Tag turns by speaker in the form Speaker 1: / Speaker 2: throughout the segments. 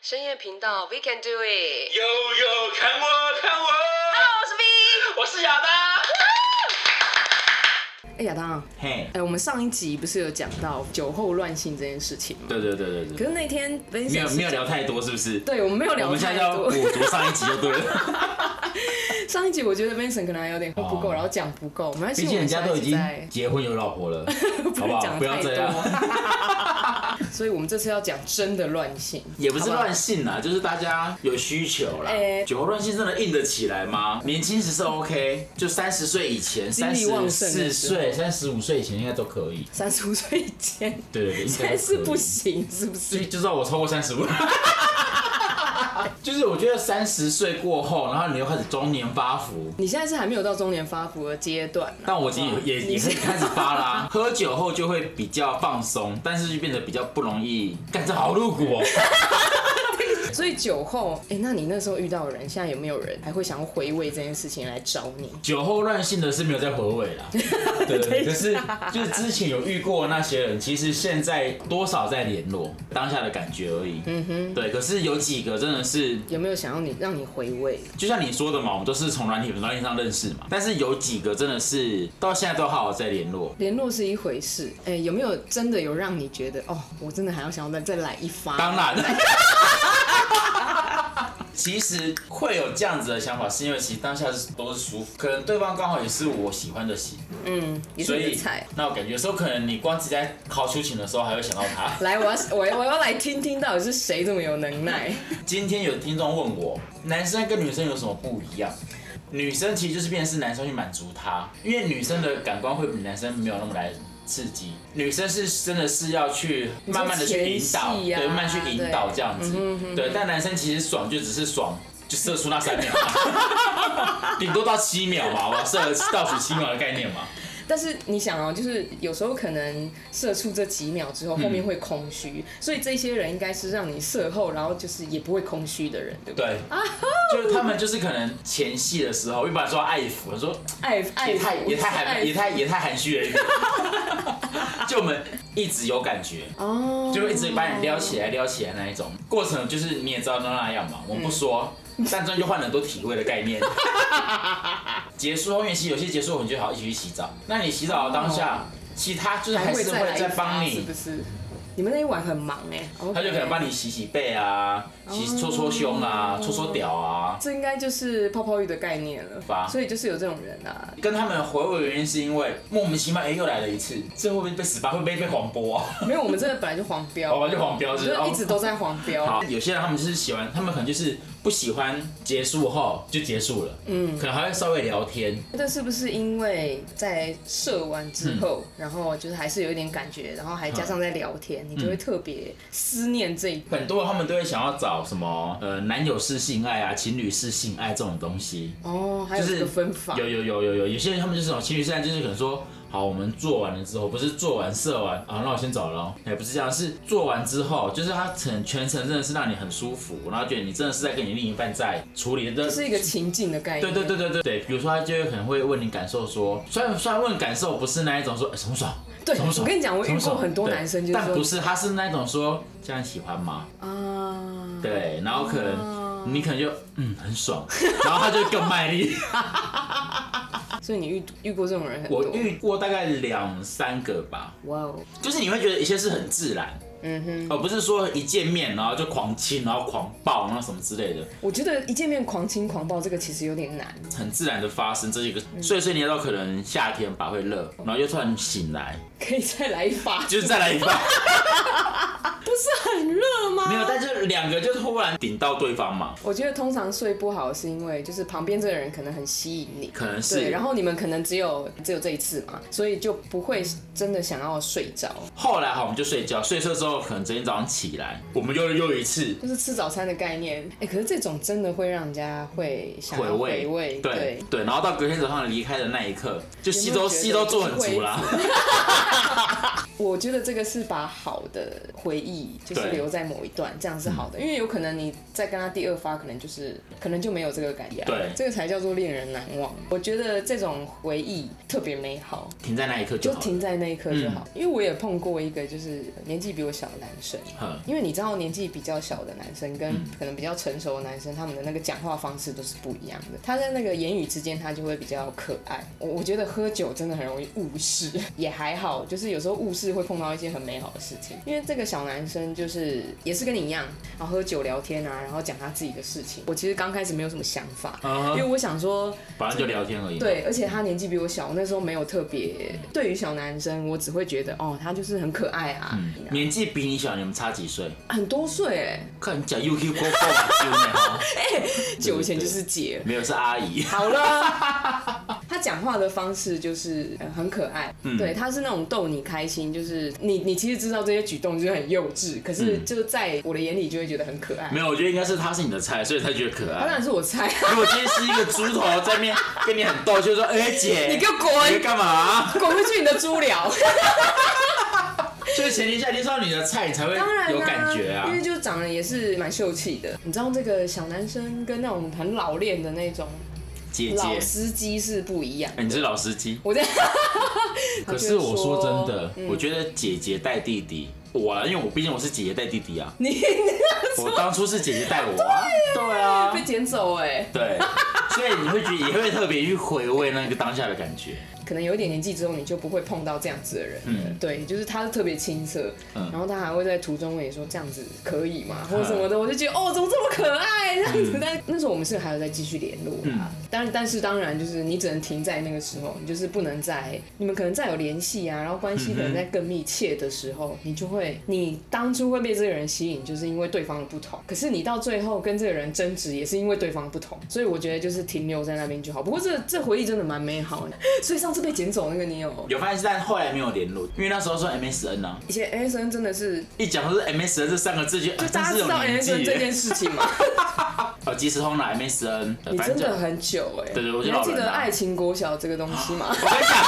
Speaker 1: 深夜频道，We can do it。
Speaker 2: 悠悠，看我，看我，
Speaker 1: Hello，我是 V。
Speaker 2: 我是亚当。
Speaker 1: 哎、亚当，
Speaker 2: 嘿
Speaker 1: 哎、，我们上一集不是有讲到酒后乱性这件事情吗？
Speaker 2: 对对对对
Speaker 1: 可
Speaker 2: 对，
Speaker 1: 是那天 Vincent
Speaker 2: 没有
Speaker 1: 是
Speaker 2: 没有，聊太多，是不是？
Speaker 1: 对我们没有
Speaker 2: 我
Speaker 1: 聊
Speaker 2: 们现
Speaker 1: 太
Speaker 2: 在要
Speaker 1: 多
Speaker 2: 补。足上一集就对了，
Speaker 1: 上一集我觉得 Vincent 可能还有点喝不够，
Speaker 2: 哦
Speaker 1: 然后讲不够，没关系，
Speaker 2: 毕
Speaker 1: 我
Speaker 2: 竟
Speaker 1: 们
Speaker 2: 人家
Speaker 1: 下
Speaker 2: 都
Speaker 1: 一
Speaker 2: 已
Speaker 1: 集再
Speaker 2: 经结婚有老婆了，好不
Speaker 1: 能
Speaker 2: 好？
Speaker 1: 讲
Speaker 2: 不要
Speaker 1: 太
Speaker 2: 这样，
Speaker 1: 多。 所以我们这次要讲真的乱性，
Speaker 2: 也不是
Speaker 1: 好好
Speaker 2: 乱。性啦，就是大家有需求啦
Speaker 1: 哎。
Speaker 2: 酒后乱性真的硬得起来吗？年轻时是 OK，就三十岁以前，
Speaker 1: 精
Speaker 2: 三
Speaker 1: 力
Speaker 2: 十
Speaker 1: 旺盛的
Speaker 2: 四
Speaker 1: 时候
Speaker 2: 岁、三十五岁以前应该都可以。
Speaker 1: 三十五岁以前，
Speaker 2: 对对对，应该都
Speaker 1: 但是
Speaker 2: 可以
Speaker 1: 不行，是不是？
Speaker 2: 就就知道我超过三十五。 就是我觉得三十岁过后，然后你又开始中年发福，
Speaker 1: 你现在是还没有到中年发福的阶段啊
Speaker 2: 但我已经也也
Speaker 1: 你
Speaker 2: 也
Speaker 1: 是
Speaker 2: 哦是开始发啦。 喝酒后就会比较放松，但是就变得比较不容易。干这好露 骨哦、
Speaker 1: 所以酒后，哎、那你那时候遇到的人，现在有没有人还会想要回味这件事情来找你？
Speaker 2: 酒后乱性的是没有在回味 啦。对
Speaker 1: 等一
Speaker 2: 对，
Speaker 1: 下
Speaker 2: 可是就是之前有遇过那些人，其实现在多少在联络当下的感觉而已。嗯哼，对。可是有几个真的是
Speaker 1: 有没有想要你让你回味？
Speaker 2: 就像你说的嘛，我们都是从软体软体上认识嘛，但是有几个真的是到现在都好好在联络。
Speaker 1: 联络是一回事，哎、有没有真的有让你觉得哦，我真的还要想要再再来一发？
Speaker 2: 当然， 其实会有这样子的想法，是因为其实当下是都是舒服，可能对方刚好也是我喜欢的型，
Speaker 1: 嗯，也是
Speaker 2: 所
Speaker 1: 你的
Speaker 2: 以
Speaker 1: 菜。
Speaker 2: 那我感觉有时候可能你光自己在考出琴的时候，还会想到他。
Speaker 1: 来，我要 我要我要来听听到底是谁这么有能耐？
Speaker 2: 今天有听众问我，男生跟女生有什么不一样？女生其实就是变成是男生去满足她，因为女生的感官会比男生没有那么来刺激，女生是真的是要去慢慢的去引导，
Speaker 1: 前戏啊
Speaker 2: 对，慢慢去引导
Speaker 1: 对
Speaker 2: 这样子，对。但男生其实爽就只是爽，就射出那三秒，顶多到七秒嘛，我射了倒数七秒的概念嘛。
Speaker 1: 但是你想哦，就是有时候可能射出这几秒之后，后面会空虚，所以这些人应该是让你射后，然后就是也不会空虚的人，对不对？
Speaker 2: 对，就是他们就是可能前戏的时候，一般说爱抚，说
Speaker 1: 爱爱
Speaker 2: 也太也太
Speaker 1: 爱
Speaker 2: 含也太也太含蓄了一点。 就我们一直有感觉，
Speaker 1: 哦，
Speaker 2: 就会一直把你撩起来撩起来那一种过程，就是你也知道都那样嘛，我们不说，但中间就换了很多体位的概念。结束后面其实有些结束我们就好一起去洗澡，那你洗澡的当下，其他就是还是
Speaker 1: 再来
Speaker 2: 会
Speaker 1: 一
Speaker 2: 再
Speaker 1: 发
Speaker 2: 帮你
Speaker 1: 是不是？你们那一晚很忙哎、
Speaker 2: 他就可能帮
Speaker 1: 你。
Speaker 2: 你洗洗背啊，洗搓搓胸啊，搓搓屌啊，
Speaker 1: 这应该就是泡泡浴的概念了
Speaker 2: 吧
Speaker 1: 所以就是有这种人啊。
Speaker 2: 跟他们回味的原因是因为莫名其妙哎、又来了一次，这会不会被死吧？会不会被黄波啊？
Speaker 1: 没有，我们真的本来就黄标，
Speaker 2: 我们就哦黄标
Speaker 1: 就是
Speaker 2: 不是
Speaker 1: 是一直都在黄标。
Speaker 2: 好，有些人他们就是喜欢，他们可能就是不喜欢结束后就结束了，嗯，可能还会稍微聊天，
Speaker 1: 这是不是因为在射完之
Speaker 2: 嗯
Speaker 1: 后，然后就是还是有一点感觉，然后还加上在聊天，你就
Speaker 2: 嗯
Speaker 1: 会特别思念这一
Speaker 2: 很多人他们都会想要找什么呃男友式性爱啊、情侣式性爱这种东西，
Speaker 1: 哦，还
Speaker 2: 就
Speaker 1: 有这
Speaker 2: 是
Speaker 1: 个分法
Speaker 2: 有有有有有，有些人他们就是那种情侣式爱，就是可能说。好，我们做完了之后，不是做完射完啊，那我先走了哦。哎，不是这样，是做完之后，就是他整全程真的是让你很舒服，然后觉得你真的是在跟你另一半在处理这
Speaker 1: 是一个情境的概念。
Speaker 2: 对对对对对对，比如说他就会可能会问你感受说，虽然虽然问感受不是那一种说、哎什么爽，
Speaker 1: 对
Speaker 2: 什么爽，
Speaker 1: 我跟你讲我遇过
Speaker 2: 什么爽
Speaker 1: 很多
Speaker 2: 对
Speaker 1: 男生就是说
Speaker 2: 但不是，他是那种说这样喜欢吗？
Speaker 1: 啊，
Speaker 2: 对，然后可能你可能就嗯很爽， 然后他就更卖 力。
Speaker 1: 所以你遇遇过这种人很多
Speaker 2: 我。遇过大概两三个吧，
Speaker 1: 哇哦，
Speaker 2: 就是你会觉得一些是很自然。哦
Speaker 1: 嗯哼，
Speaker 2: 而不是说一见面然后就狂亲，然后狂抱，然后什么之类的，
Speaker 1: 我觉得一见面狂亲狂抱这个其实有点难。
Speaker 2: 很自然的发生这一个。
Speaker 1: 嗯
Speaker 2: 所以，所以你要到可能夏天吧会热，
Speaker 1: 哦
Speaker 2: 然后又突然醒来，
Speaker 1: 可以再来一发，
Speaker 2: 就是再来一半。
Speaker 1: 不是很热吗？
Speaker 2: 没有，但是两个就是忽然顶到对方嘛，
Speaker 1: 我觉得通常睡不好是因为就是旁边这个人可能很吸引你，
Speaker 2: 可能
Speaker 1: 对，
Speaker 2: 是。
Speaker 1: 然后你们可能只有只有这一次嘛，所以就不会真的想要睡着，
Speaker 2: 后来哈，我们就睡觉，睡睡之后，可能昨天早上起来，我们又又一次
Speaker 1: 就是吃早餐的概念。哎、可是这种真的会让人家会想
Speaker 2: 回
Speaker 1: 要
Speaker 2: 味，
Speaker 1: 回味，
Speaker 2: 对对，然后到隔天早上离开的那一刻，就戏
Speaker 1: 有没有
Speaker 2: 都
Speaker 1: 觉得
Speaker 2: 戏都做很足啦。
Speaker 1: 我觉得这个是把好的回忆就是
Speaker 2: 对
Speaker 1: 留在某一段，这样是好好
Speaker 2: 嗯
Speaker 1: 的，因为有可能你再跟他第二发，可能就是可能就没有这个感觉，啊
Speaker 2: 对
Speaker 1: 这个才叫做令人难忘。我觉得这种回忆特别美好，
Speaker 2: 停在那一刻就
Speaker 1: 就
Speaker 2: 好了。
Speaker 1: 停在那一刻就好。因为我也碰过一个就是年纪比我小的男生，
Speaker 2: 嗯
Speaker 1: 因为你知道年纪比较小的男生跟可能比较成熟的男生，他们的那个讲话方式都是不一样的。他在那个言语之间，他就会比较可爱。我我觉得喝酒真的很容易误事， 也还好，就是有时候误事会碰到一些很美好的事情。因为这个小男生就是也是跟你一样，然后喝酒聊天啊，然后讲他自己的事情。我其实刚开始没有什么想法，因为
Speaker 2: 嗯，
Speaker 1: 我想说
Speaker 2: 反正就聊天而已。，
Speaker 1: 对，而且他年纪比我小，我那时候没有特别对于小男生，我只会觉得哦，他就是很可爱啊，
Speaker 2: 嗯年纪比你小，你们差几岁？
Speaker 1: 很多岁哎，
Speaker 2: 看你讲 UQ 过过嘛，丢脸哦
Speaker 1: 久以前就是姐。
Speaker 2: 没有是阿姨。
Speaker 1: 好了， 他讲话的方式就是、呃很可爱，
Speaker 2: 嗯
Speaker 1: 对，他是那种逗你开心，就是你你其实知道这些举动就是很幼稚，可是就在我的眼里就会觉得很可爱。
Speaker 2: 嗯没有，我觉得应该是他是你的菜，所以才觉得可
Speaker 1: 他当
Speaker 2: 爱。
Speaker 1: 然是我猜，
Speaker 2: 如果今天是一个猪头在面跟你很逗，就说：“哎、姐，
Speaker 1: 你给我
Speaker 2: 你在
Speaker 1: 滚，
Speaker 2: 干嘛啊
Speaker 1: 滚回去你的猪寮。？”
Speaker 2: 所以前提下，你说你的菜，你才会
Speaker 1: 当然、啦，
Speaker 2: 有感觉啊
Speaker 1: 因。为就长得也是蛮秀气的。你知道这个小男生跟那种很老练的那种
Speaker 2: 姐姐，
Speaker 1: 老司机是不一样。
Speaker 2: 哎你是老司机。
Speaker 1: 我在，
Speaker 2: 可是我说真的，
Speaker 1: 嗯
Speaker 2: 我觉得姐姐带弟弟，我啊，因为我毕竟我是姐姐带弟弟啊。
Speaker 1: 你
Speaker 2: 我当初是姐姐带我 啊。对啊
Speaker 1: 被，捡走哎、
Speaker 2: 对，所以你会觉得也会特别去回味那个当下的感觉。
Speaker 1: 可能有一点年纪之后，你就不会碰到这样子的人。
Speaker 2: 嗯
Speaker 1: 对，就是他是特别青涩，
Speaker 2: 嗯
Speaker 1: 然后他还会在途中问你说这样子可以吗，或者什么的，我就觉得哦，怎么这么可爱这样子。
Speaker 2: 嗯
Speaker 1: 但那时候我们是还有在继续联络啦，但但是当然就是你只能停在那个时候，你就是不能再你们可能再有联系啊，然后关系可
Speaker 2: 嗯
Speaker 1: 能在更密切的时候，你就会你当初会被这个人吸引，就是因为对方的不同。可是你到最后跟这个人争执，也是因为对方不同。所以我觉得就是停留在那边就好。不过这这回忆真的蛮美好的。所以上次被捡走那个你有，
Speaker 2: 有发现，但后来没有联络，因为那时候说 MSN 啊，
Speaker 1: 以前 MSN 真的是
Speaker 2: 一讲到是 MSN 这三个字，就
Speaker 1: 就
Speaker 2: 就
Speaker 1: 大家知道 MSN 这件事 情嘛？
Speaker 2: 哦，即时通了 MSN，
Speaker 1: 你
Speaker 2: 呃反正
Speaker 1: 真
Speaker 2: 就
Speaker 1: 的很久哎、
Speaker 2: 对对我觉
Speaker 1: 你
Speaker 2: 得
Speaker 1: 还
Speaker 2: 老
Speaker 1: 记
Speaker 2: 人
Speaker 1: 得
Speaker 2: 啊
Speaker 1: 爱情国小这个东西吗？
Speaker 2: 我跟你讲，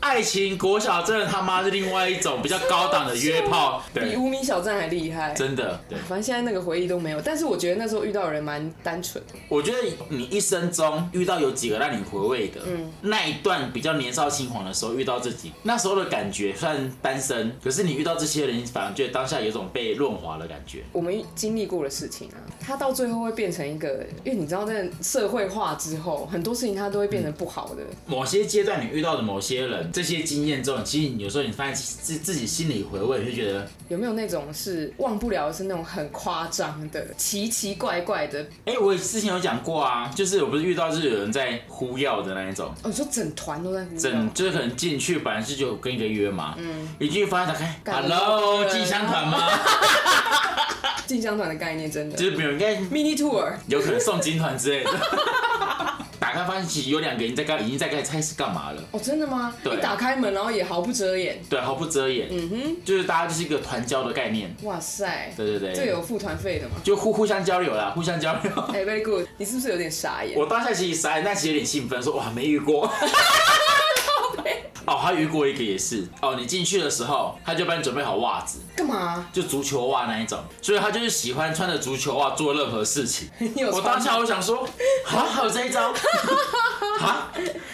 Speaker 2: 爱情国小真的他妈是另外一种比较 高档的约炮，
Speaker 1: 比
Speaker 2: 对，
Speaker 1: 无名小站还厉害。
Speaker 2: 真的，对，
Speaker 1: 反正现在那个回忆都没有，但是我觉得那时候遇到的人蛮单纯的。
Speaker 2: 我觉得你一生中遇到有几个让你回味的，那一段比较年少轻狂的时候遇到自己，那时候的感觉虽然单身，可是你遇到这些人，反而觉得当下有种被润滑的感觉。
Speaker 1: 我们经历过的事情啊，它到最后会变成一个，因为你知道，在社会化之后，很多事情它都会变成不好的。
Speaker 2: 某些阶段你遇到的某些人，这些经验之后，其实你有时候你发现自自己心里回味，你就觉得，
Speaker 1: 有没有那种是忘不了，是那种很夸张的、奇奇怪怪的？
Speaker 2: 哎、我之前有讲过啊，就是我不是遇到就是有人在呼药的那一种。
Speaker 1: 哦，你说整团都在呼叫
Speaker 2: 整就是可能进去本来是就跟一个约嘛，嗯，一进去发现打开
Speaker 1: 干
Speaker 2: ，Hello，进香团吗？
Speaker 1: 进香团的概念，真的
Speaker 2: 就是没有，应该
Speaker 1: mini tour，
Speaker 2: 有可能送金团之类的。 打开发现其实有两个人在干，已经在该猜是干嘛了。
Speaker 1: 哦，真的吗？
Speaker 2: 对
Speaker 1: 一打开门，然后也毫不遮掩，
Speaker 2: 对，毫不遮掩，嗯哼，就是大家就是一个团交的概念，
Speaker 1: 哇塞，
Speaker 2: 对对对
Speaker 1: 这个有付团费的 吗？
Speaker 2: 就互互相交流啦，互相交流。
Speaker 1: 哎、v e r y good，你是不是有点傻眼？
Speaker 2: 我当下其实傻眼，但其实有点兴奋，说哇没遇过。哦，还遇过一个也是哦，你进去的时候，他就帮你准备好袜子，
Speaker 1: 干嘛？
Speaker 2: 就足球袜那一种，所以他就是喜欢穿着足球袜做任何事情。
Speaker 1: 你有
Speaker 2: 我
Speaker 1: 穿
Speaker 2: 当下我想说，啊，还有这一招， 啊，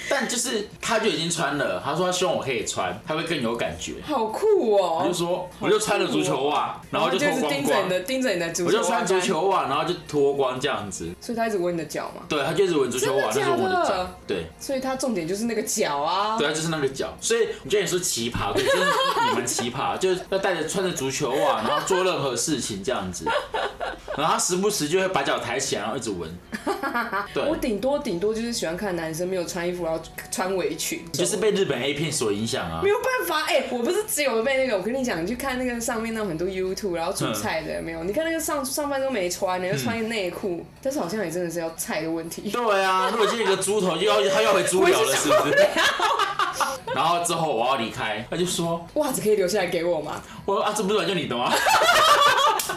Speaker 2: 但就是他就已经穿了，他说他希望我可以穿，他会更有感觉。
Speaker 1: 好酷
Speaker 2: 我就
Speaker 1: 哦！
Speaker 2: 说，我就穿了足球袜，然后就
Speaker 1: 就
Speaker 2: 脱
Speaker 1: 是
Speaker 2: 光
Speaker 1: 盯着
Speaker 2: 光
Speaker 1: 你，的，盯着你的足球，
Speaker 2: 我就穿足，球袜，然后就脱光这样子。
Speaker 1: 所以他一直闻你的脚嘛，
Speaker 2: 对，他就是闻足球袜，就
Speaker 1: 真的
Speaker 2: 是
Speaker 1: 假的
Speaker 2: 我的脚，对，
Speaker 1: 所以他重点就是那个脚啊。
Speaker 2: 对，他就是那个脚。所以你觉得你说奇葩，对，就是你们奇葩， 就是要带着穿着足球袜，然后做任何事情这样子。然后他时不时就会把脚抬起来，然后一直 闻。对，
Speaker 1: 我顶多顶多就是喜欢看男生没有穿衣服，然后穿围裙，
Speaker 2: 就是被日本 A 片所影响啊
Speaker 1: 没。有办法，哎、我不是只有被那个，我跟你讲，你去看那个上面那种很多 YouTube，然后煮菜
Speaker 2: 嗯
Speaker 1: 的、没有？你看那个上上半都没穿，然后穿一个内裤，但是好像也真的是要菜的问题。
Speaker 2: 对啊，如果今天有个猪头就要他要回猪寮了，是不 是？
Speaker 1: 啊
Speaker 2: 然后之后我要离开，他就说
Speaker 1: 袜子可以留下来给我吗？：“
Speaker 2: 我说啊，这不是本就你的吗？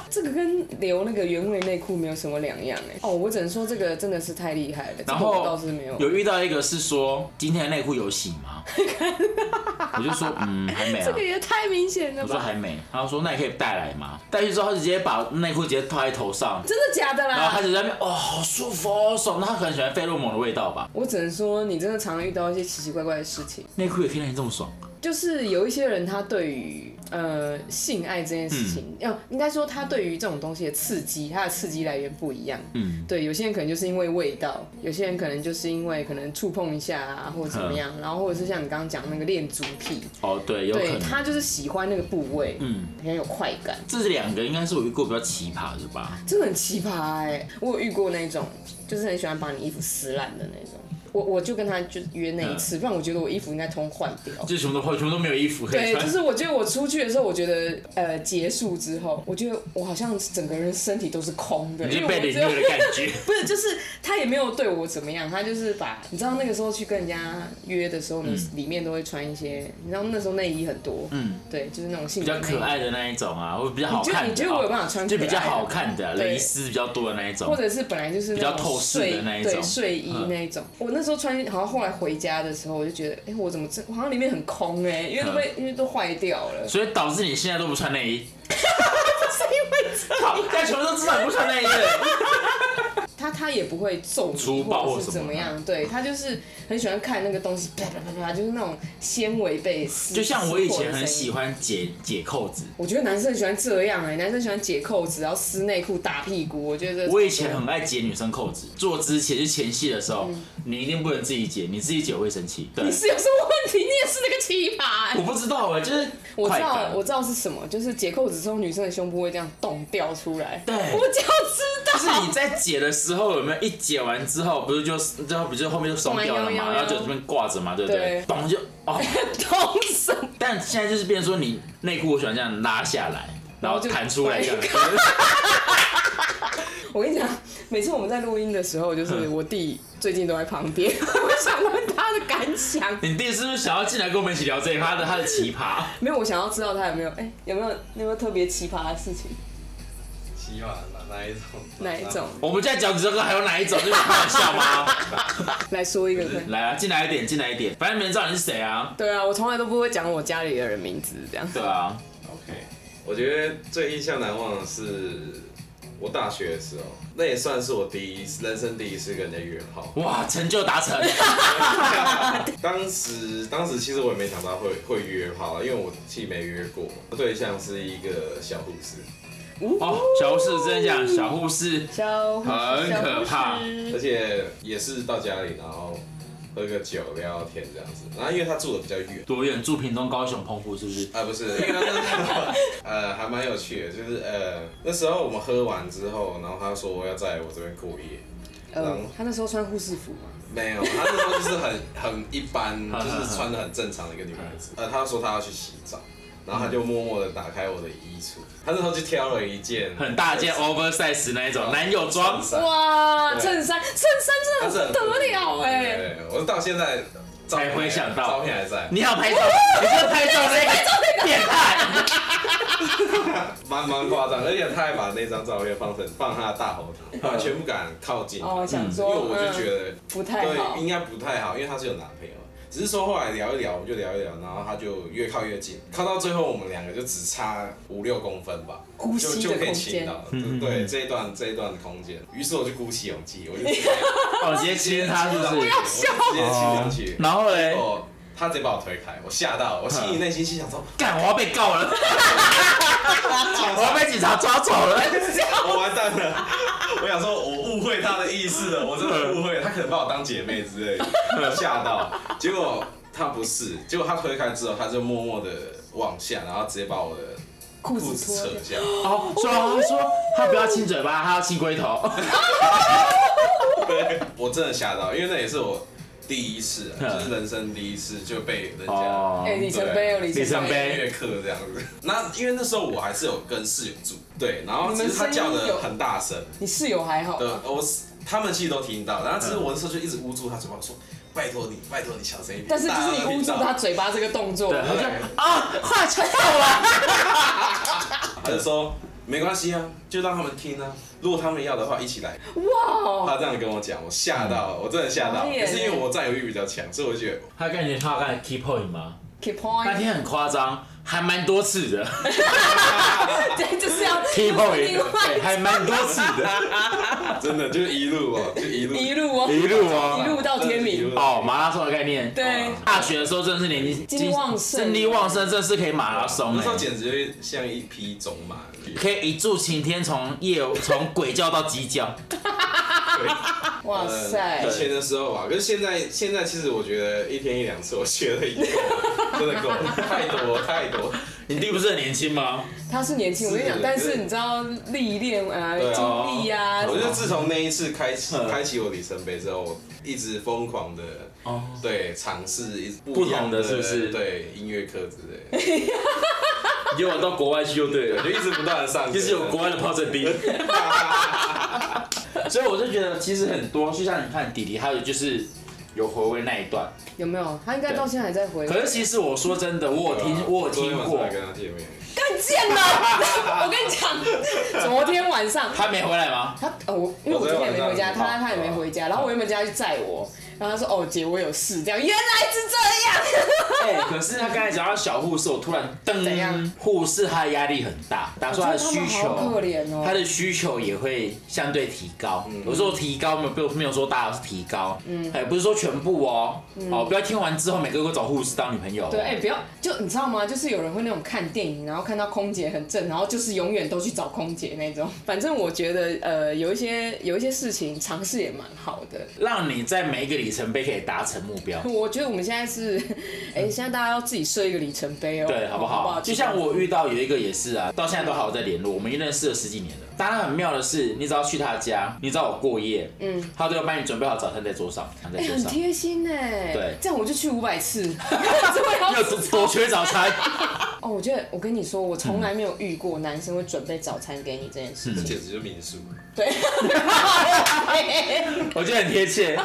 Speaker 1: 这个跟留那个原味内裤没有什么两样哎。哦，我只能说这个真的是太厉害了，
Speaker 2: 然
Speaker 1: 这个我
Speaker 2: 后
Speaker 1: 倒是没有。
Speaker 2: 有遇到一个是说今天的内裤有洗吗？ 我就说嗯还没啊
Speaker 1: 这。个也太明显了
Speaker 2: 我说
Speaker 1: 吧？
Speaker 2: 还没，他说那你可以带来吗？带去之后他直接把内裤直接套在头上，
Speaker 1: 真的假的啊
Speaker 2: 然后
Speaker 1: 啦
Speaker 2: 他？就在那边哦好舒服哦爽，那他可能喜欢费洛蒙的味道吧？
Speaker 1: 我只能说，你真的常遇到一些奇奇怪怪的事情。
Speaker 2: 内裤也可以让你这么爽，
Speaker 1: 就是有一些人，他对于呃性爱这件事情，
Speaker 2: 嗯
Speaker 1: 要、应该说他对于这种东西的刺激，他的刺激来源不一样。
Speaker 2: 嗯，
Speaker 1: 对，有些人可能就是因为味道，有些人可能就是因为可能触碰一下啊，或者怎么样，然后或者是像你刚刚讲那个恋足癖，
Speaker 2: 哦对，嗯有可
Speaker 1: 对
Speaker 2: 能，
Speaker 1: 他就是喜欢那个部位，
Speaker 2: 嗯，
Speaker 1: 很有快感，
Speaker 2: 这两个应该是我遇过比较奇葩的吧？
Speaker 1: 真的很奇葩哎、我有遇过那种，就是很喜欢把你衣服撕烂的那种，我我就跟他就约那一
Speaker 2: 嗯
Speaker 1: 次，不然我觉得我衣服应该通换掉。
Speaker 2: 就全部都全部都没有衣服可以
Speaker 1: 对，
Speaker 2: 穿
Speaker 1: 就。是我觉得我出去的时候，我觉得呃结束之后，我觉得我好像整个人身体都是空的，
Speaker 2: 你
Speaker 1: 因为
Speaker 2: 就被
Speaker 1: 我
Speaker 2: 凌
Speaker 1: 只有
Speaker 2: 虐的感觉，
Speaker 1: 不是，就是他也没有对我怎么样，他就是把你知道那个时候去跟人家约的时候，你里面都会穿一些，你知道那时候内衣很多，
Speaker 2: 嗯，
Speaker 1: 对，就是那种性
Speaker 2: 比较可，爱的那一种啊，或者比较好
Speaker 1: 你觉
Speaker 2: 看
Speaker 1: 得
Speaker 2: 的啊，
Speaker 1: 你觉得我有办法穿
Speaker 2: 就比较
Speaker 1: 可爱的
Speaker 2: 好看的啊，
Speaker 1: 对
Speaker 2: 蕾丝比较多的那一种
Speaker 1: 或，者是本来就是那
Speaker 2: 比较
Speaker 1: 种
Speaker 2: 透视的
Speaker 1: 睡
Speaker 2: 那一种嗯
Speaker 1: 对睡衣那一种。我那时候穿，好像后来回家的时候，我就觉得，哎、我怎么这我好像里面很空哎、因
Speaker 2: 嗯
Speaker 1: 为都被、因为都坏掉了。
Speaker 2: 所以导致你现在都不穿内 衣。好，但全部都知道你不穿内衣了。
Speaker 1: 他他也不会揍
Speaker 2: 粗
Speaker 1: 你，
Speaker 2: 暴
Speaker 1: 或
Speaker 2: 或
Speaker 1: 者是
Speaker 2: 什
Speaker 1: 怎
Speaker 2: 么
Speaker 1: 么
Speaker 2: 的
Speaker 1: 样，对他就是很喜欢看那个东西啪啪啪啪，就是那种纤维被撕
Speaker 2: 就像我以
Speaker 1: 撕破的
Speaker 2: 前很
Speaker 1: 声音
Speaker 2: 喜欢解解扣子，
Speaker 1: 我觉得男生很喜欢这样哎、男生喜欢解扣子，然后撕内裤、打屁股。我觉得
Speaker 2: 我以前很爱解女生扣子，做之前就前戏的时候，你一定不能自己解，你自己解我会生气。对
Speaker 1: 嗯你，是有什么问题？你也是那个奇葩、
Speaker 2: 我
Speaker 1: 欸。
Speaker 2: 不知道哎，就是
Speaker 1: 我
Speaker 2: 快
Speaker 1: 知道，
Speaker 2: 感
Speaker 1: 我，知道是什么，就是解扣子之后，女生的胸部会这样动掉出来。
Speaker 2: 对
Speaker 1: 我就
Speaker 2: 就
Speaker 1: 知
Speaker 2: 是你
Speaker 1: 道。
Speaker 2: 在解的时候有没有一解完之后，不是就之后不就后面就松掉了
Speaker 1: 松完腰腰
Speaker 2: 嘛，
Speaker 1: 腰
Speaker 2: 然后就这边挂着嘛，对不对
Speaker 1: 对？
Speaker 2: 绑就哦，
Speaker 1: 动什么？
Speaker 2: 但现在就是变成说你内裤我喜欢这样拉下来，然后
Speaker 1: 然后就
Speaker 2: 弹出来这样。
Speaker 1: 我跟你讲，每次我们在录音的时候，
Speaker 2: 嗯
Speaker 1: 就是我弟最近都在旁边， 我想问他的感想。
Speaker 2: 你弟是不是想要进来跟我们一起聊这一趴的他的奇葩？
Speaker 1: 没有，我想要知道他有没有，哎、有没有，有没有特别奇葩的事情？
Speaker 3: 希望哪哪一种？
Speaker 1: 哪一种？
Speaker 2: 我们现在讲这个还有哪一种？这个开玩笑吗？
Speaker 1: 来说一个快。
Speaker 2: 来啊，进来一点，进来一点，反正没人知道你是谁啊。
Speaker 1: 对啊，我从来都不会讲我家里的人名字，这样。
Speaker 2: 对啊，
Speaker 3: OK，我觉得最印象难忘的是我大学的时候，那也算是我第一人生第一次跟人家约炮。
Speaker 2: 哇，成就达成，
Speaker 3: 当时当时其实我也没想到会会约炮，因为我自己没约过嘛。对象是一个小护士，
Speaker 2: 哦，小护士真的讲，小护士
Speaker 1: 小护士
Speaker 2: 很可怕
Speaker 1: 小护士
Speaker 3: 而且也是到家里然后喝个酒聊聊天这样子。然后因为他住的比较远。
Speaker 2: 多远？住屏东、高雄、澎湖是不是？
Speaker 3: 啊，不是，因为那时候 呃还蛮有趣的，就是呃那时候我们喝完之后，然后他说要在我这边过夜，
Speaker 1: 呃，
Speaker 3: 嗯
Speaker 1: 他那时候穿护士服嘛，
Speaker 3: 没有，她那时候就是很很一般， 就是穿的很正常的一个女孩子。
Speaker 2: 嗯
Speaker 3: 呃，她说她要去洗澡，然后她就默默的打开我的衣橱，她那时候就挑了一件
Speaker 2: 很大件 oversize 那一种男友装
Speaker 3: 衬，衫
Speaker 1: 哇，
Speaker 3: 对
Speaker 1: 衬衫，衬衫真的很不得了哎！
Speaker 3: 对，我到现在照片
Speaker 2: 才回想到
Speaker 3: 照片还在，
Speaker 2: 你好拍照，你这拍照那个变态，
Speaker 3: 蛮蛮夸张，而且她还把那张照片放成放她的大头条，完全不敢靠近她，
Speaker 1: 嗯
Speaker 3: 嗯
Speaker 1: 哦，想
Speaker 3: 因
Speaker 1: 说，
Speaker 3: 为我就觉
Speaker 1: 得
Speaker 3: 得
Speaker 1: 不太好
Speaker 3: 对，应该不太好，因为她是有男朋友的。只是说后来聊一聊，我们就聊一聊，然后她就越靠越近，靠到最后我们两个就只差五六公分吧，
Speaker 1: 呼
Speaker 3: 就
Speaker 1: 吸
Speaker 3: 就
Speaker 1: 的
Speaker 3: 可以
Speaker 1: 空
Speaker 3: 亲
Speaker 1: 间
Speaker 3: 到，
Speaker 2: 嗯
Speaker 3: 对这一段这一段的空间。于是我就鼓起勇气，我就直接
Speaker 2: 哦，直接亲他 是不是？
Speaker 3: 我就直哦接亲上去，
Speaker 2: 然后嘞嗯
Speaker 3: 结，果他直接把我推开，我吓到，我心里内心心想 说，
Speaker 2: 干，我要被告了，我
Speaker 3: 啊
Speaker 2: 要被警察抓走了。
Speaker 3: 我完蛋了，我想说我误会他的意思了，我真的误会了，他可能把我当姐妹之类的，吓到，结果他不是，结果他推开之后，他就默默的往下，然后直接把我的
Speaker 1: 裤
Speaker 3: 裤
Speaker 1: 子
Speaker 3: 子
Speaker 1: 脱
Speaker 3: 扯
Speaker 1: 掉，
Speaker 3: 下，
Speaker 2: 哦，说他说他不要亲嘴巴，他要亲龟头。
Speaker 3: 对我真的吓到，因为那也是我第一次啊，就是人生第一次就被人家。
Speaker 2: 哦，
Speaker 1: 哎，里程碑哦，里
Speaker 2: 里程
Speaker 1: 程
Speaker 2: 碑
Speaker 1: 碑。
Speaker 3: 音乐课这样子。那因为那时候我还是有跟室友住，对，然后
Speaker 1: 你
Speaker 3: 只
Speaker 1: 们
Speaker 3: 是他叫
Speaker 1: 声音有
Speaker 3: 的很大声，
Speaker 1: 你室友还好
Speaker 3: 对
Speaker 1: 吗？，
Speaker 3: 呃我是他们其实都听到，然后只是我那时候就一直捂住他嘴巴说：“拜托你，拜托你小声一点。”
Speaker 1: 但是就是你捂住他
Speaker 3: 大家都听
Speaker 1: 嘴巴这个动作
Speaker 2: 对，，他
Speaker 3: 到，
Speaker 2: 就
Speaker 3: 对
Speaker 2: 啊，快传到了。
Speaker 3: 他就说：“没关系啊，就让他们听啊。如果他们要的话，一起来。
Speaker 1: 哇，
Speaker 3: 他这样跟我讲，我吓到，我真的吓到。
Speaker 1: 导演
Speaker 3: 可是因为我占有欲比较强，所以我就觉得哦
Speaker 2: 他感觉他看 key point 吗？
Speaker 1: keep
Speaker 2: 那
Speaker 1: point，
Speaker 2: 天很夸张，还蛮多次 的
Speaker 1: 对，就是 要
Speaker 2: key
Speaker 1: 就是
Speaker 2: point，
Speaker 1: 另外
Speaker 2: 对，还蛮多次的，
Speaker 3: 真的就是一路哦，就一路啊
Speaker 1: 一路哦，
Speaker 2: 一路
Speaker 1: 一
Speaker 2: 哦。
Speaker 1: 路到天
Speaker 3: 真的一
Speaker 1: 明，
Speaker 3: 路
Speaker 2: 哦，马拉松的概念。
Speaker 1: 对
Speaker 3: 哦，
Speaker 2: 大学的时候真的是年纪
Speaker 1: 精力旺盛
Speaker 2: 精力旺盛，真的是可以马拉松
Speaker 3: 那时候
Speaker 2: 欸。
Speaker 3: 简直就是像一匹种马，
Speaker 2: 可以一柱擎天，从夜 从鬼叫到鸡叫，
Speaker 1: 哇塞
Speaker 3: 呃以，前的时候吧，可是现在现在其实我觉得一天一两次，我觉得已经够了，真的够了，太多太多。
Speaker 2: 你弟不是很年轻吗？
Speaker 1: 他是年轻，我跟你讲，但是你知道历练啊、
Speaker 3: 对啊
Speaker 1: 经历啊，
Speaker 3: 我
Speaker 1: 什
Speaker 3: 就
Speaker 1: 么
Speaker 3: 自从那一次开启
Speaker 2: 嗯
Speaker 3: 开启我里程碑之后，我一直疯狂的
Speaker 2: 哦，
Speaker 3: 对尝试一
Speaker 2: 不
Speaker 3: 不一样
Speaker 2: 同的是不是
Speaker 3: 对音乐课之类的，
Speaker 2: 你我到国外去就对
Speaker 3: 对，
Speaker 2: 了，
Speaker 3: 就一直不断的上 升。
Speaker 2: 就是有国外的炮阵兵。 所以我就觉得其实很多，就像你看弟弟，还有就是有回味那一段。
Speaker 1: 有没有？他应该到现在还在回。
Speaker 2: 可是其实我说真的，我有听，我有
Speaker 3: 啊昨天
Speaker 2: 听
Speaker 3: 晚上
Speaker 2: 过嗯
Speaker 3: 还，跟他见面，
Speaker 1: 更贱了！我 跟你讲，昨天晚上
Speaker 2: 他没回来吗？
Speaker 1: 他哦，我因为我昨天也没回家，
Speaker 3: 我昨天晚上
Speaker 1: 他他也没回家，然后我原本叫他去载我，然后他说哦姐我有事，这样原来是这样，
Speaker 2: 哎、可是他刚才讲到小护士，我突然
Speaker 1: 怎样
Speaker 2: 噔，护士他的压力很大，打算他的需求，
Speaker 1: 我觉得他们好可怜哦
Speaker 2: 他的需求也会相对提高。有时候提高没有没有说大家是提高，嗯，哎、不是说全部哦，哦，不要听完之后每个都找护士当女朋友、哦，
Speaker 1: 嗯对，哎不要就你知道吗？就是有人会那种看电影，然后看到空姐很正，然后就是永远都去找空姐那种。反正我觉得呃有一些有一些事情尝试也蛮好的，
Speaker 2: 让你在每一个里程碑可以达成目 标。
Speaker 1: 我觉得我们现在是，哎、现在大家要自己设一个里程碑哦、
Speaker 2: 对，好不好？就像我遇到有一个也是啊，到现在都还有在联络，我们已经认识了十几年了。但他很妙的是，你只要去他家，你只要我过夜，嗯，他都要帮你准备好早餐在桌上，躺在
Speaker 1: 哎、
Speaker 2: 桌
Speaker 1: 很
Speaker 2: 上。
Speaker 1: 贴心哎、
Speaker 2: 对
Speaker 1: 这样我就去五百 次，这我也要
Speaker 2: 又多多缺早餐，
Speaker 1: 哦，我觉得我跟你说，我从来没有遇过男生会准备早餐给你这件事
Speaker 2: 嗯
Speaker 3: 这
Speaker 1: 情。
Speaker 3: 简直就是民宿。
Speaker 1: 对，
Speaker 2: 我觉得很贴切。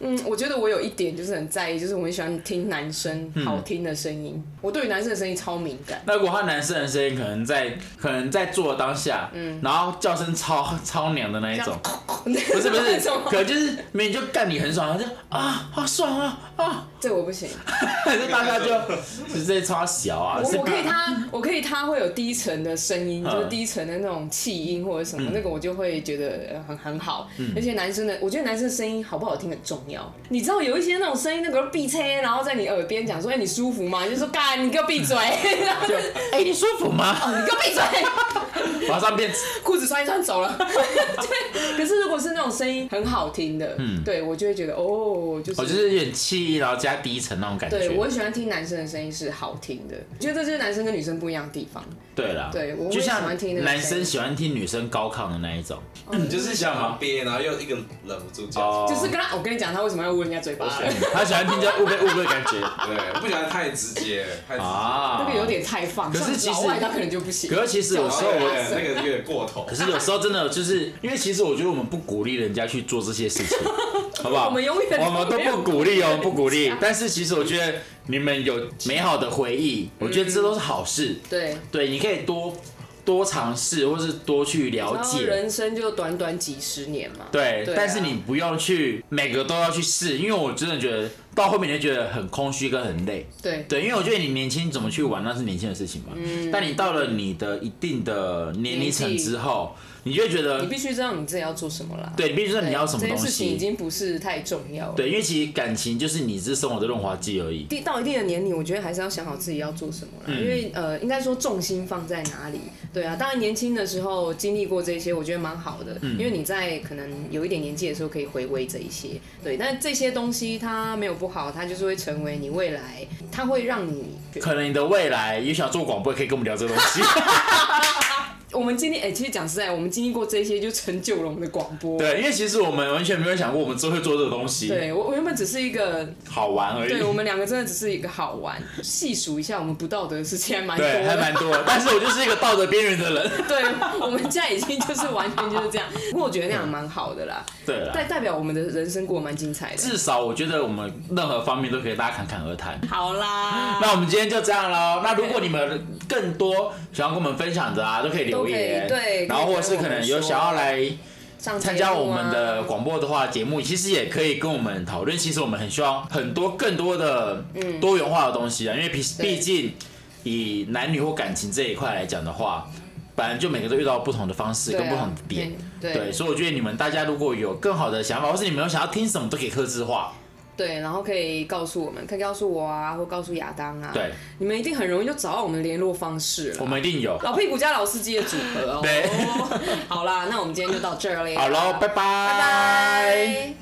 Speaker 1: 嗯，我觉得我有一点就是很在意，就是我很喜欢听男生
Speaker 2: 嗯
Speaker 1: 好听的声音，我对于男生的声音超敏感。
Speaker 2: 那如果他男生的声音可能在可能在做的当下，嗯，然后叫声超超娘的那一种， 不
Speaker 1: 不
Speaker 2: 是不 是
Speaker 1: 什，么
Speaker 2: 可能就是明明就干你很爽，他就啊好爽啊 啊，
Speaker 1: 这我不行，
Speaker 2: 就大家就直接超小啊，
Speaker 1: 我
Speaker 2: 是
Speaker 1: 我可以他，我可以他会有低沉的声音，
Speaker 2: 嗯
Speaker 1: 就是低沉的那种气音或者什么，那个我就会觉得呃很很好。
Speaker 2: 嗯
Speaker 1: 而且男生的，我觉得男生的声音好不好听很重要。你知道有一些那种声音，那个闭车，然后在你耳边讲说：“哎，你舒服吗？”你就说：“干，你给我闭嘴！” 然后就
Speaker 2: 哎、你舒服吗？
Speaker 1: 你给我闭嘴！
Speaker 2: 马上变
Speaker 1: 裤子穿一穿走了。对，可是如果是那种声音很好听的，对我就会觉得哦，就是。
Speaker 2: 我嗯就是有点气音，然后加低沉那种感觉。
Speaker 1: 对，我很喜欢听男生的声音是好听的，我觉得这就是男生跟女生不一样的地方。
Speaker 2: 对啦，
Speaker 1: 对我会
Speaker 2: 就像
Speaker 1: 喜欢听那个
Speaker 2: 男
Speaker 1: 声
Speaker 2: 生
Speaker 1: 音
Speaker 2: 喜欢听女生高亢的那一种，
Speaker 3: 你就是
Speaker 2: 这样吗
Speaker 3: 想憋，然后又一个忍不住讲
Speaker 2: 哦
Speaker 3: 出
Speaker 1: 就是跟他，我跟你讲，他为什么要捂人家嘴巴？
Speaker 2: 他喜欢听叫误会误会感觉
Speaker 3: 来，对，不喜欢太直接，太直接。
Speaker 2: 啊，
Speaker 1: 那个有。点太放，
Speaker 2: 可是
Speaker 1: 像
Speaker 2: 其实
Speaker 1: 老外他可能就不行。
Speaker 2: 可是其实有时候
Speaker 3: 对
Speaker 2: 我，
Speaker 3: 那个有点过头
Speaker 2: 可。是有时候真的就是因为其实我觉得我们不鼓励人家去做这些事 情，好不好？
Speaker 1: 我们永远都
Speaker 2: 我们都
Speaker 1: 没有
Speaker 2: 不鼓励哦，不鼓励。但是其实我觉得你们有美好的回忆，我觉得这都是好事。
Speaker 1: 对，
Speaker 2: 对，你可以多多尝试，或是多去了
Speaker 1: 然后
Speaker 2: 解。
Speaker 1: 人生就短短几十年嘛。
Speaker 2: 对，
Speaker 1: 对啊
Speaker 2: 但是你不用去每个都要去试，因为我真的觉得到后面你就觉得很空虚跟很累。
Speaker 1: 对
Speaker 2: 对，因为我觉得你年轻怎么去玩那是年轻的事情嘛。但你到了你的一定的年龄层
Speaker 1: 嗯年纪
Speaker 2: 之后，你就会觉
Speaker 1: 你
Speaker 2: 得，
Speaker 1: 必须知道你自己要做什么啦。
Speaker 2: 对，你必须知道
Speaker 1: 对，
Speaker 2: 你要什么
Speaker 1: 这
Speaker 2: 东
Speaker 1: 件事情已
Speaker 2: 西。
Speaker 1: 经不是太重要了。
Speaker 2: 对，因为其实感情就是你是生活的润滑剂而已。
Speaker 1: 第到一定的年龄，我觉得还是要想好自己要做什么啦，
Speaker 2: 嗯
Speaker 1: 因为呃，应该说重心放在哪里。对啊，当然年轻的时候经历过这些，我觉得蛮好的，
Speaker 2: 嗯
Speaker 1: 因为你在可能有一点年纪的时候可以回味这一些。对，但这些东西它没有不好，它就是会成为你未来，它会让你
Speaker 2: 可能你的未来也想做广播，也可以跟我们聊这个 东西。
Speaker 1: 我们经历，哎、其实讲实在，我们经历过这些，就成就了我们的广播。
Speaker 2: 对，因为其实我们完全没有想过我们之后会做这个东西，
Speaker 1: 对我，我原本只是一个，
Speaker 2: 好玩而已。
Speaker 1: 对 我们两个真的只是一个好玩。细数一下，我们不道德的事情还蛮多
Speaker 2: 对，还
Speaker 1: 的。
Speaker 2: 蛮多的。但是我就是一个道德边缘的人。
Speaker 1: 对，我们现在已经就是完全就是这样。不过我觉得那样蛮好的啦，
Speaker 2: 对了，
Speaker 1: 代代表我们的人生过得蛮精彩的。
Speaker 2: 至少我觉得我们任何方面都可以大家侃侃而谈。
Speaker 1: 好啦，
Speaker 2: 那我们今天就这样喽。那如果你们更多想要跟我们分享的啊，都可以留留言，
Speaker 1: 都可以对
Speaker 2: 然后或者是可能有想要来
Speaker 1: 上节目啊
Speaker 2: 参加我们的广播的话，节目其实也可以跟我们讨论。其实我们很希望很多更多的多元化的东西啊，因为毕
Speaker 1: 嗯对
Speaker 2: 毕竟以男女或感情这一块来讲的话，本来就每个都遇到不同的方式
Speaker 1: 对啊
Speaker 2: 跟不同的点
Speaker 1: 嗯。对
Speaker 2: 所以我觉得你们大家如果有更好的想法，或是你们有想要听什么，都可以克制化。
Speaker 1: 对，然后可以告诉我们，可以告诉我啊，或告诉亚当啊。
Speaker 2: 对，
Speaker 1: 你们一定很容易就找到我们的联络方式
Speaker 2: 我
Speaker 1: 了。
Speaker 2: 们一定有。
Speaker 1: 老屁股加老司机的组合哦。
Speaker 2: 对
Speaker 1: 好啦，那我们今天就到这里。
Speaker 2: 好喽，拜拜
Speaker 1: 拜拜。